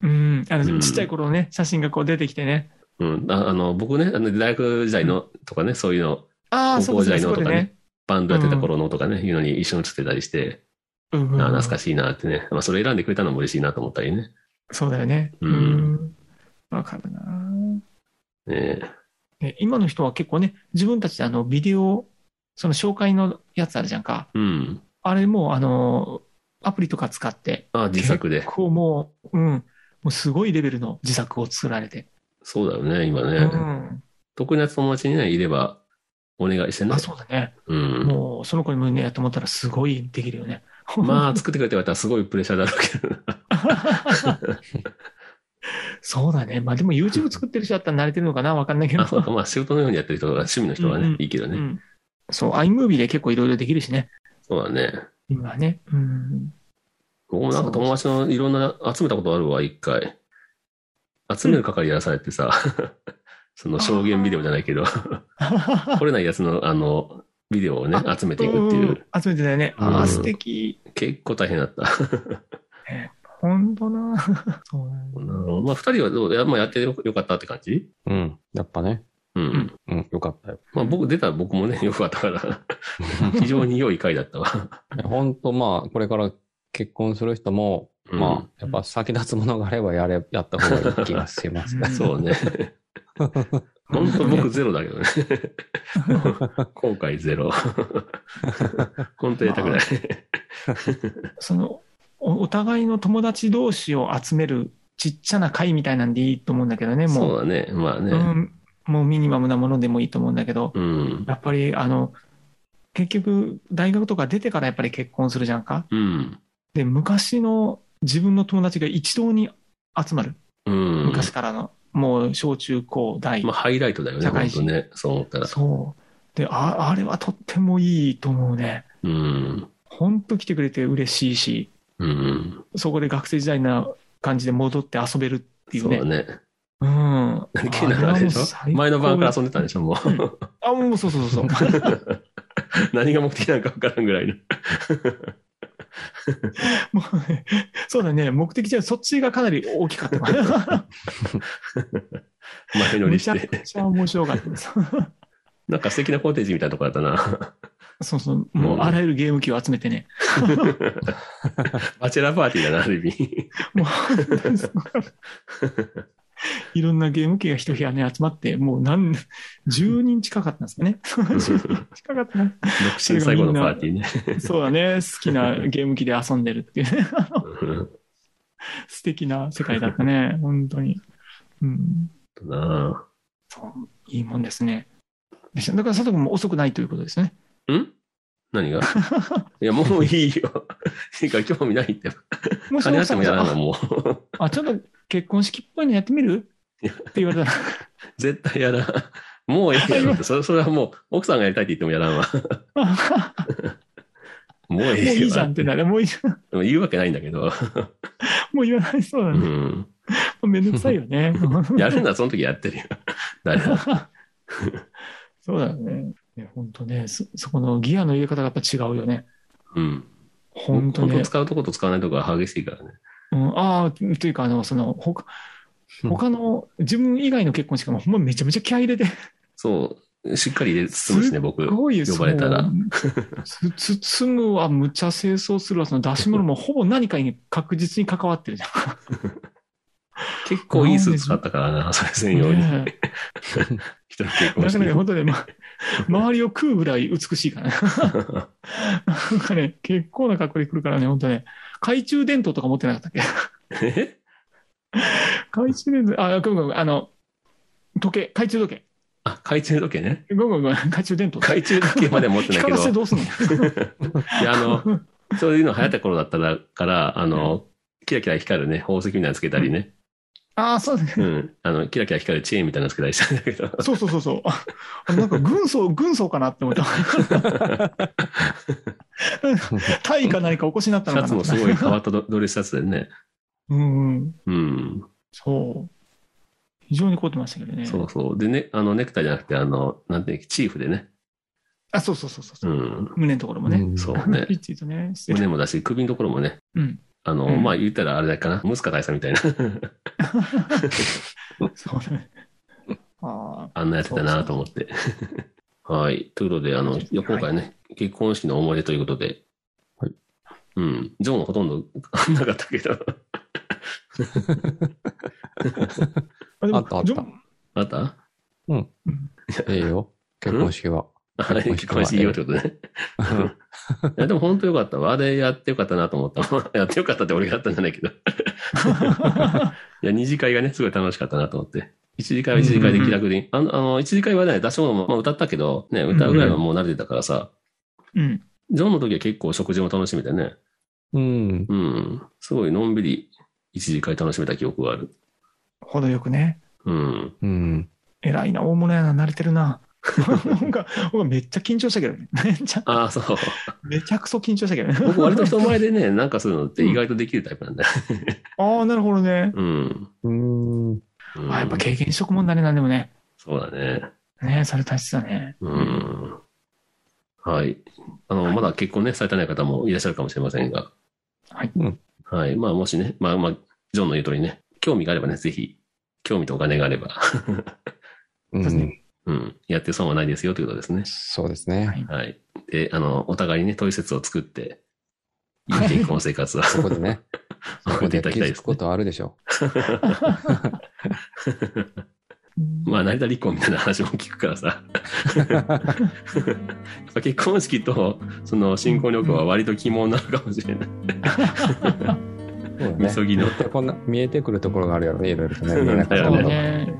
[SPEAKER 3] うん。あ
[SPEAKER 2] う
[SPEAKER 3] の、
[SPEAKER 2] ん
[SPEAKER 3] ちっちゃい頃のね、写真がこう出てきてね。
[SPEAKER 2] うん。ああの、僕ね、あの、大学時代のとかね、そういうの、
[SPEAKER 3] ああ、そう
[SPEAKER 2] 高校
[SPEAKER 3] か
[SPEAKER 2] 時代の
[SPEAKER 3] そうかそう
[SPEAKER 2] と
[SPEAKER 3] で
[SPEAKER 2] か
[SPEAKER 3] ね
[SPEAKER 2] ね。バンドやってた頃のとかね、いうのに一緒に写ってたりして、
[SPEAKER 3] うんうんうん
[SPEAKER 2] ああ、懐かしいなってね。まあ、それ選んでくれたのも嬉しいなと思ったりね。
[SPEAKER 3] そうだよね。
[SPEAKER 2] うん
[SPEAKER 3] ん。わかるな。
[SPEAKER 2] ね
[SPEAKER 3] ね今の人は結構ね、自分たちであの、ビデオ、その紹介のやつあるじゃんか。
[SPEAKER 2] うん。
[SPEAKER 3] あれもう、あの、アプリとか使って、
[SPEAKER 2] ああ、自作で。
[SPEAKER 3] こうもう、うん、もうすごいレベルの自作を作られて。
[SPEAKER 2] そうだよね、今ね。
[SPEAKER 3] うん。
[SPEAKER 2] 特に友達にね、いれば、お願いしてね
[SPEAKER 3] あ、。そうだね。
[SPEAKER 2] うん。
[SPEAKER 3] もう、その子にもね、やってもらったらすごいできるよね。
[SPEAKER 2] まあ、作ってくれって言われたらすごいプレッシャーだろうけどな。
[SPEAKER 3] そうだね。まあでも YouTube 作ってる人だったら慣れてるのかなわかんないけど。
[SPEAKER 2] あ、そうか。 まあ、仕事のようにやってる人が、趣味の人はね、
[SPEAKER 3] うんうん
[SPEAKER 2] いいけどね。
[SPEAKER 3] うん。そう、iMovie で結構いろいろできるしね。
[SPEAKER 2] そうだね。
[SPEAKER 3] 今はね。うん。
[SPEAKER 2] 僕もなんか友達のいろんな集めたことあるわ、一回。集める係やらされてさ、 その証言ビデオじゃないけど、来れないやつの、あの、ビデオをね、集めていくってい
[SPEAKER 3] うん
[SPEAKER 2] う、
[SPEAKER 3] 集めてたよね。あ
[SPEAKER 2] う
[SPEAKER 3] あ、
[SPEAKER 2] ん
[SPEAKER 3] 素敵。
[SPEAKER 2] 結構大変だった。
[SPEAKER 3] 本当な。 そうなんだ
[SPEAKER 2] まあ、二人はどうや,、まあ、やってよよかったって感じ
[SPEAKER 1] うん。やっぱね。
[SPEAKER 2] うん。
[SPEAKER 3] ん
[SPEAKER 1] うん、よかったよ。
[SPEAKER 2] まあ、僕、出た僕もね、よかった から、非常に良い回だったわ。
[SPEAKER 1] ほんとまあ、これから結婚する人も、
[SPEAKER 2] うん
[SPEAKER 1] まあ、やっぱ先立つものがあればやれ、やった方がいい気がしますね。
[SPEAKER 2] そう ね。本当僕ゼロだけどね。 後悔ゼ ロ。本当やりたく ない。
[SPEAKER 3] そのお、お互いの友達同士を集めるちっちゃな会みたいなんでいいと思うんだけどね、
[SPEAKER 2] そう
[SPEAKER 3] もう。
[SPEAKER 2] だね。まあ
[SPEAKER 3] う
[SPEAKER 2] ね。
[SPEAKER 3] ん、もうミニマムなものでもいいと思うんだけど、
[SPEAKER 2] うん。
[SPEAKER 3] やっぱり、あの、結局、大学とか出てからやっぱり結婚するじゃんか。
[SPEAKER 2] うん。
[SPEAKER 3] で、昔の自分の友達が一堂に集まる。
[SPEAKER 2] うん。
[SPEAKER 3] 昔からの。もう、小中高大。
[SPEAKER 2] まあ、ハイライトだよね、
[SPEAKER 3] 社会
[SPEAKER 2] 本当
[SPEAKER 3] 人
[SPEAKER 2] ね。そう思ったら。
[SPEAKER 3] そう。で、あ、あれはとってもいいと思うね。
[SPEAKER 2] うん。
[SPEAKER 3] ほんと来てくれて嬉しいし。
[SPEAKER 2] うん。
[SPEAKER 3] そこで学生時代な感じで戻って遊べるっていう
[SPEAKER 2] そう
[SPEAKER 3] ね。
[SPEAKER 2] だね。
[SPEAKER 3] うん。
[SPEAKER 2] ケンナがあれでしょ
[SPEAKER 3] あれはもう最高
[SPEAKER 2] 前の晩から遊んでたんでし ょもう。
[SPEAKER 3] あ、もうそうそうそうそう。
[SPEAKER 2] 何が目的なのか分からんぐらいの。
[SPEAKER 3] もうねそうだね。目的じゃそっちがかなり大きかったから。
[SPEAKER 2] 前乗
[SPEAKER 3] め
[SPEAKER 2] り
[SPEAKER 3] ちゃ
[SPEAKER 2] して。
[SPEAKER 3] くちゃ面白かったです。
[SPEAKER 2] なんか素敵なコテージみたいなとこだったな。
[SPEAKER 3] そうそう。もうあらゆるゲーム機を集めてね。
[SPEAKER 2] バチェラーパーティーだな、ある意味。
[SPEAKER 3] もう本当にすごかった、いろんなゲーム機が一部屋に集まって、もう何、10人近かったんです かね。10人近かったな。
[SPEAKER 2] 独身最後のパーテ ィーね。
[SPEAKER 3] そうだね。好きなゲーム機で遊んでるっていうね。素敵な世界だった ね、本当に。うん、
[SPEAKER 2] うんな
[SPEAKER 3] そういいもんですね。でしただから佐藤君も遅くないということですね。
[SPEAKER 2] あん何が いや、もういいよ。 いいから興味ない って。
[SPEAKER 3] も
[SPEAKER 2] 金あって
[SPEAKER 3] 奥さん
[SPEAKER 2] も
[SPEAKER 3] が
[SPEAKER 2] やらん
[SPEAKER 3] あ
[SPEAKER 2] の、もう。
[SPEAKER 3] あちょっと結婚式っぽいのやってみるって言われた ら、
[SPEAKER 2] 絶対やらん。もうええやろって。それそれはもう、奥さんがやりたいって言ってもやらんわ。
[SPEAKER 3] あ
[SPEAKER 2] もう
[SPEAKER 3] も
[SPEAKER 2] え
[SPEAKER 3] う
[SPEAKER 2] えよ。
[SPEAKER 3] いいじゃんってなる、もういいじゃん、
[SPEAKER 2] でも言うわけないんだけど。
[SPEAKER 3] もう言わないそうだ
[SPEAKER 2] う
[SPEAKER 3] ね。も
[SPEAKER 2] ん。
[SPEAKER 3] うめんどくさいよ ね。
[SPEAKER 2] やるならその時やってるよ。 誰だ
[SPEAKER 3] そうだよね。いや本当ねそ、そこのギアの入れ方がやっぱ違うよね。
[SPEAKER 2] うん。
[SPEAKER 3] 本当ね。
[SPEAKER 2] 使うとこと使わないとこが激しいからね。
[SPEAKER 3] うん、ああ、というか、あの、その、ほか他の、自分以外の結婚式もほんまめちゃめちゃ気合い入れて
[SPEAKER 2] そう。しっかり入れ包むしね、僕。
[SPEAKER 3] すごい
[SPEAKER 2] 呼ばれたら
[SPEAKER 3] そのつ包むはむちゃ清掃するわ、その出し 物もほぼ何かに確実に関わってるじゃん。
[SPEAKER 2] 結構いいスーツ買ったからな、それ専用に。
[SPEAKER 3] ねえ
[SPEAKER 2] 一人結婚
[SPEAKER 3] な
[SPEAKER 2] 式
[SPEAKER 3] かなか本当ね、ま、周りを食うぐらい美しいからね。なんかね、結構な格好で来るからね、本当ね。懐中電灯とか持ってなかったっ け
[SPEAKER 2] え
[SPEAKER 3] 懐中電灯、あ、ごめんごめん、あの、時計、懐中時計。
[SPEAKER 2] あ、懐中時計ね。
[SPEAKER 3] ごめんごめんごめん、懐中電灯。
[SPEAKER 2] 懐中時計までは持ってないけ
[SPEAKER 3] 光
[SPEAKER 2] ど。
[SPEAKER 3] らせて
[SPEAKER 2] い
[SPEAKER 3] どうすんの
[SPEAKER 2] や、あの、そういうの流行った頃だったらから、あの、キラキラ光るね、宝石みたいなのつけたりね。
[SPEAKER 3] ああ、そうだね。
[SPEAKER 2] うん。あの、キラキラ光るチェーンみたいなのつけたりしたんだけど。
[SPEAKER 3] そうそうそうそう。あなんか軍曹、軍曹かなって思った。 タイか何かお越しになっ
[SPEAKER 2] シ
[SPEAKER 3] たの
[SPEAKER 2] ャ
[SPEAKER 3] かな
[SPEAKER 2] ツもすごい変わったドドレスシャツでね。
[SPEAKER 3] うんうん。
[SPEAKER 2] うん。
[SPEAKER 3] そう。非常に凝ってましたけどね。
[SPEAKER 2] そうそう。でね、あの、ネクタイじゃなくて、あの、なんていうのチーフでね。
[SPEAKER 3] あ、そうそうそうそう
[SPEAKER 2] う
[SPEAKER 3] そう、
[SPEAKER 2] ん。
[SPEAKER 3] 胸のところもね。
[SPEAKER 1] うん
[SPEAKER 2] そうね
[SPEAKER 3] ピ。ッチリとね、してる。
[SPEAKER 2] 胸もだし、首のところもね。
[SPEAKER 3] うん。
[SPEAKER 2] あの、
[SPEAKER 3] うん
[SPEAKER 2] まあ、言ったらあれだけかな。ムスカ大佐みたいな。
[SPEAKER 3] そう ね。ああ。
[SPEAKER 2] あんなやってたなと思って。 はい。ということで、あの、いや今回ね、結婚式の思い出ということで。
[SPEAKER 1] はい。
[SPEAKER 2] うん。ジョンほとんど なかったけど。
[SPEAKER 3] あでも
[SPEAKER 1] あったあった
[SPEAKER 3] ジョン
[SPEAKER 2] あった
[SPEAKER 3] うん
[SPEAKER 1] ええよ。結婚式は。
[SPEAKER 2] あれ、結
[SPEAKER 1] 結
[SPEAKER 2] 婚
[SPEAKER 1] 婚
[SPEAKER 2] 式
[SPEAKER 1] 式
[SPEAKER 2] いいよ
[SPEAKER 1] は
[SPEAKER 2] ってことね。 いや、でも本当よかったわ。あれやってよかったなと思った。 やってよかったって俺がやったんじゃないけど。い や、二次会がね、すごい楽しかったなと思って。一次会は一次会で気楽で、あの、あの、一次会はね、出し物も、まあ、歌ったけど、ね、歌うぐらいはもう慣れてたからさ、
[SPEAKER 3] うん。
[SPEAKER 2] ジョンの時は結構食事も楽しめてね、
[SPEAKER 1] うん。
[SPEAKER 2] うん、すごいのんびり一次会楽しめた記憶がある。
[SPEAKER 3] 程よくね。
[SPEAKER 2] うん。
[SPEAKER 1] うん。
[SPEAKER 3] 偉いな、大物やな、慣れてるな。 なんか、僕はめっちゃ緊張したけどね。めちゃ、
[SPEAKER 2] ああ、そう。
[SPEAKER 3] めちゃくそ緊張したけどね。
[SPEAKER 2] 僕割と人前でね、なんかするのって意外とできるタイプなんだよ。
[SPEAKER 3] ああ、なるほどね。
[SPEAKER 2] うん。
[SPEAKER 1] うん。
[SPEAKER 2] うん
[SPEAKER 3] あやっぱ経験しとくもんだね、なんでもね。
[SPEAKER 2] そうだね。
[SPEAKER 3] ねそれ大切だね。
[SPEAKER 2] うんはい。あの、まだ結婚ね、されてない方もいらっしゃるかもしれませんが。
[SPEAKER 3] はい
[SPEAKER 1] うん
[SPEAKER 2] はい。まあ、もしね、まあまあ、ジョンの言う通りね、興味があればね、ぜひ、興味とお金があれば、
[SPEAKER 3] そ
[SPEAKER 1] う
[SPEAKER 3] うです
[SPEAKER 1] ん
[SPEAKER 3] ね。
[SPEAKER 2] うん、やって損はないですよということですね。
[SPEAKER 1] そうです
[SPEAKER 3] は
[SPEAKER 1] ね。
[SPEAKER 3] い。
[SPEAKER 2] はい。で、あの、お互いにね、トイセツを作って、いい結婚生活は
[SPEAKER 1] そこでね。そ
[SPEAKER 2] 送
[SPEAKER 1] こ
[SPEAKER 2] ってい
[SPEAKER 1] で
[SPEAKER 2] ただ
[SPEAKER 1] 気
[SPEAKER 2] きたいで
[SPEAKER 1] づ
[SPEAKER 2] す
[SPEAKER 1] く
[SPEAKER 2] ね
[SPEAKER 1] こ。とあるでしょ
[SPEAKER 2] まあ、
[SPEAKER 3] ね。
[SPEAKER 2] 成田離婚みたいな話も聞くから さ。やっぱ結婚式と、その、新婚旅行は割と肝になるかもしれない。
[SPEAKER 1] う。そうだ
[SPEAKER 2] み
[SPEAKER 1] ね。
[SPEAKER 2] そぎの。
[SPEAKER 1] でこんな見えてくるところがあるやろね、いろいろとね。見えなかっ
[SPEAKER 2] だ
[SPEAKER 1] た
[SPEAKER 2] よ
[SPEAKER 1] も
[SPEAKER 3] そう
[SPEAKER 1] のが。
[SPEAKER 3] ね。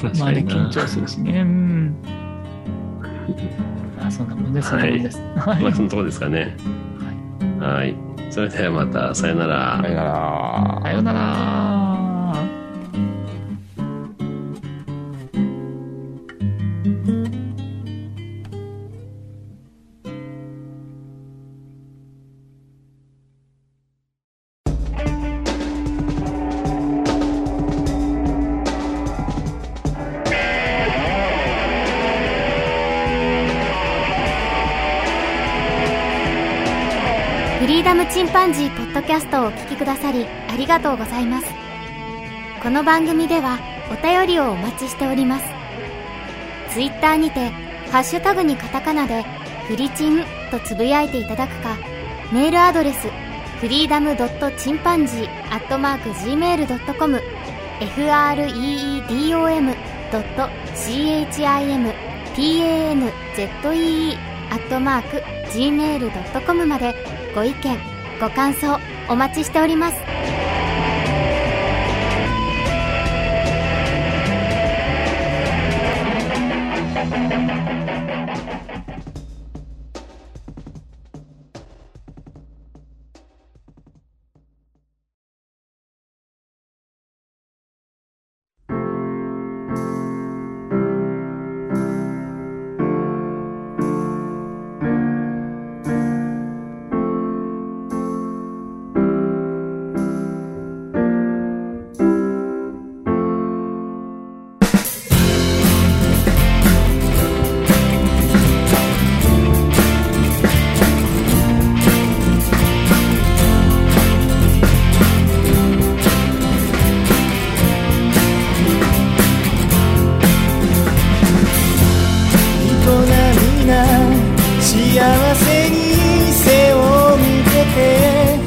[SPEAKER 2] 確
[SPEAKER 3] まあ
[SPEAKER 2] か
[SPEAKER 3] ね、
[SPEAKER 2] にな
[SPEAKER 3] 緊張するしね。うん。まあ、そんなもんです。そんなもんです。はい
[SPEAKER 2] まあ、そのとこですかね。はい。それではまた、さよなら
[SPEAKER 1] さよなら。
[SPEAKER 3] さようなら。
[SPEAKER 4] フリーダムチンパンジーポッドキャストをお聞きくださりありがとうございますこの番組ではお便りをお待ちしておりますツイッターにてハッシュタグにカタカナでフリチンとつぶやいていただくかメールアドレスフリーダムドットチンパンジーアットマーク Gmail.com freedom ドット chimpanzee アットマーク gmail.com までご意見ご感想お待ちしております
[SPEAKER 5] 人並みが幸せに背を向けて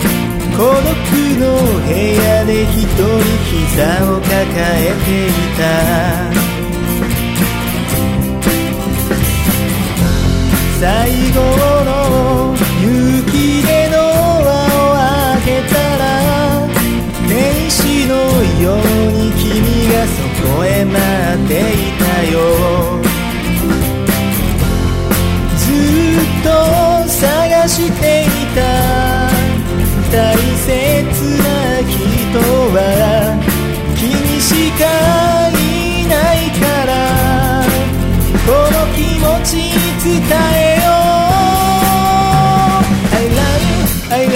[SPEAKER 5] 孤独の部屋で一人膝を抱えていた最後の雪でドアを開けたら天使のように君がそこへ待っていたよずっと探していた大切な人は君しかいないからこの気持ち伝えよう I love you, I love you,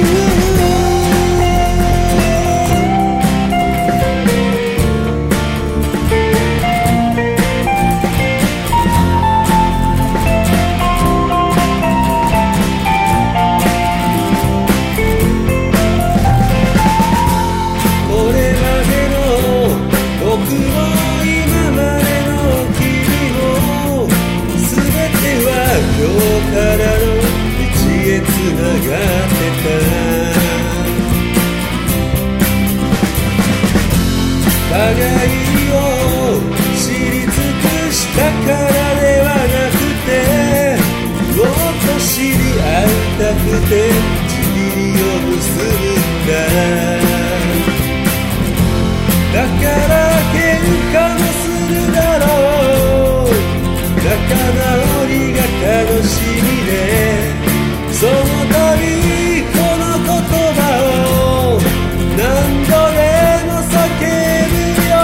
[SPEAKER 5] you これまでの僕も今までの君も全ては今日からの道へ繋がってた互いを知り尽くしたからではなくてもっと知り合いたくて塵を結ぶからだから喧嘩もするだろう仲直りが楽しみでその度この言葉を何度でも叫ぶよ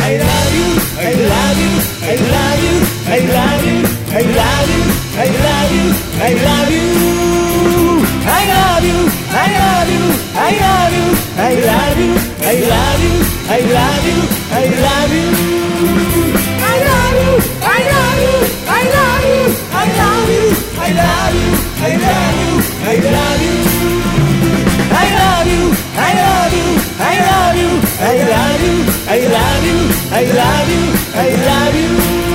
[SPEAKER 5] I love you, I love you, I love you, I love you, I love you, I love you, I love you. I love you, I love you, I love you, I love you, I love you, I love you, I love you. I love you, I love you, I love you, I love you, I love you, I love you, I love you. I love you, I love you, I love you, I love you, I love you, I love you, I love you.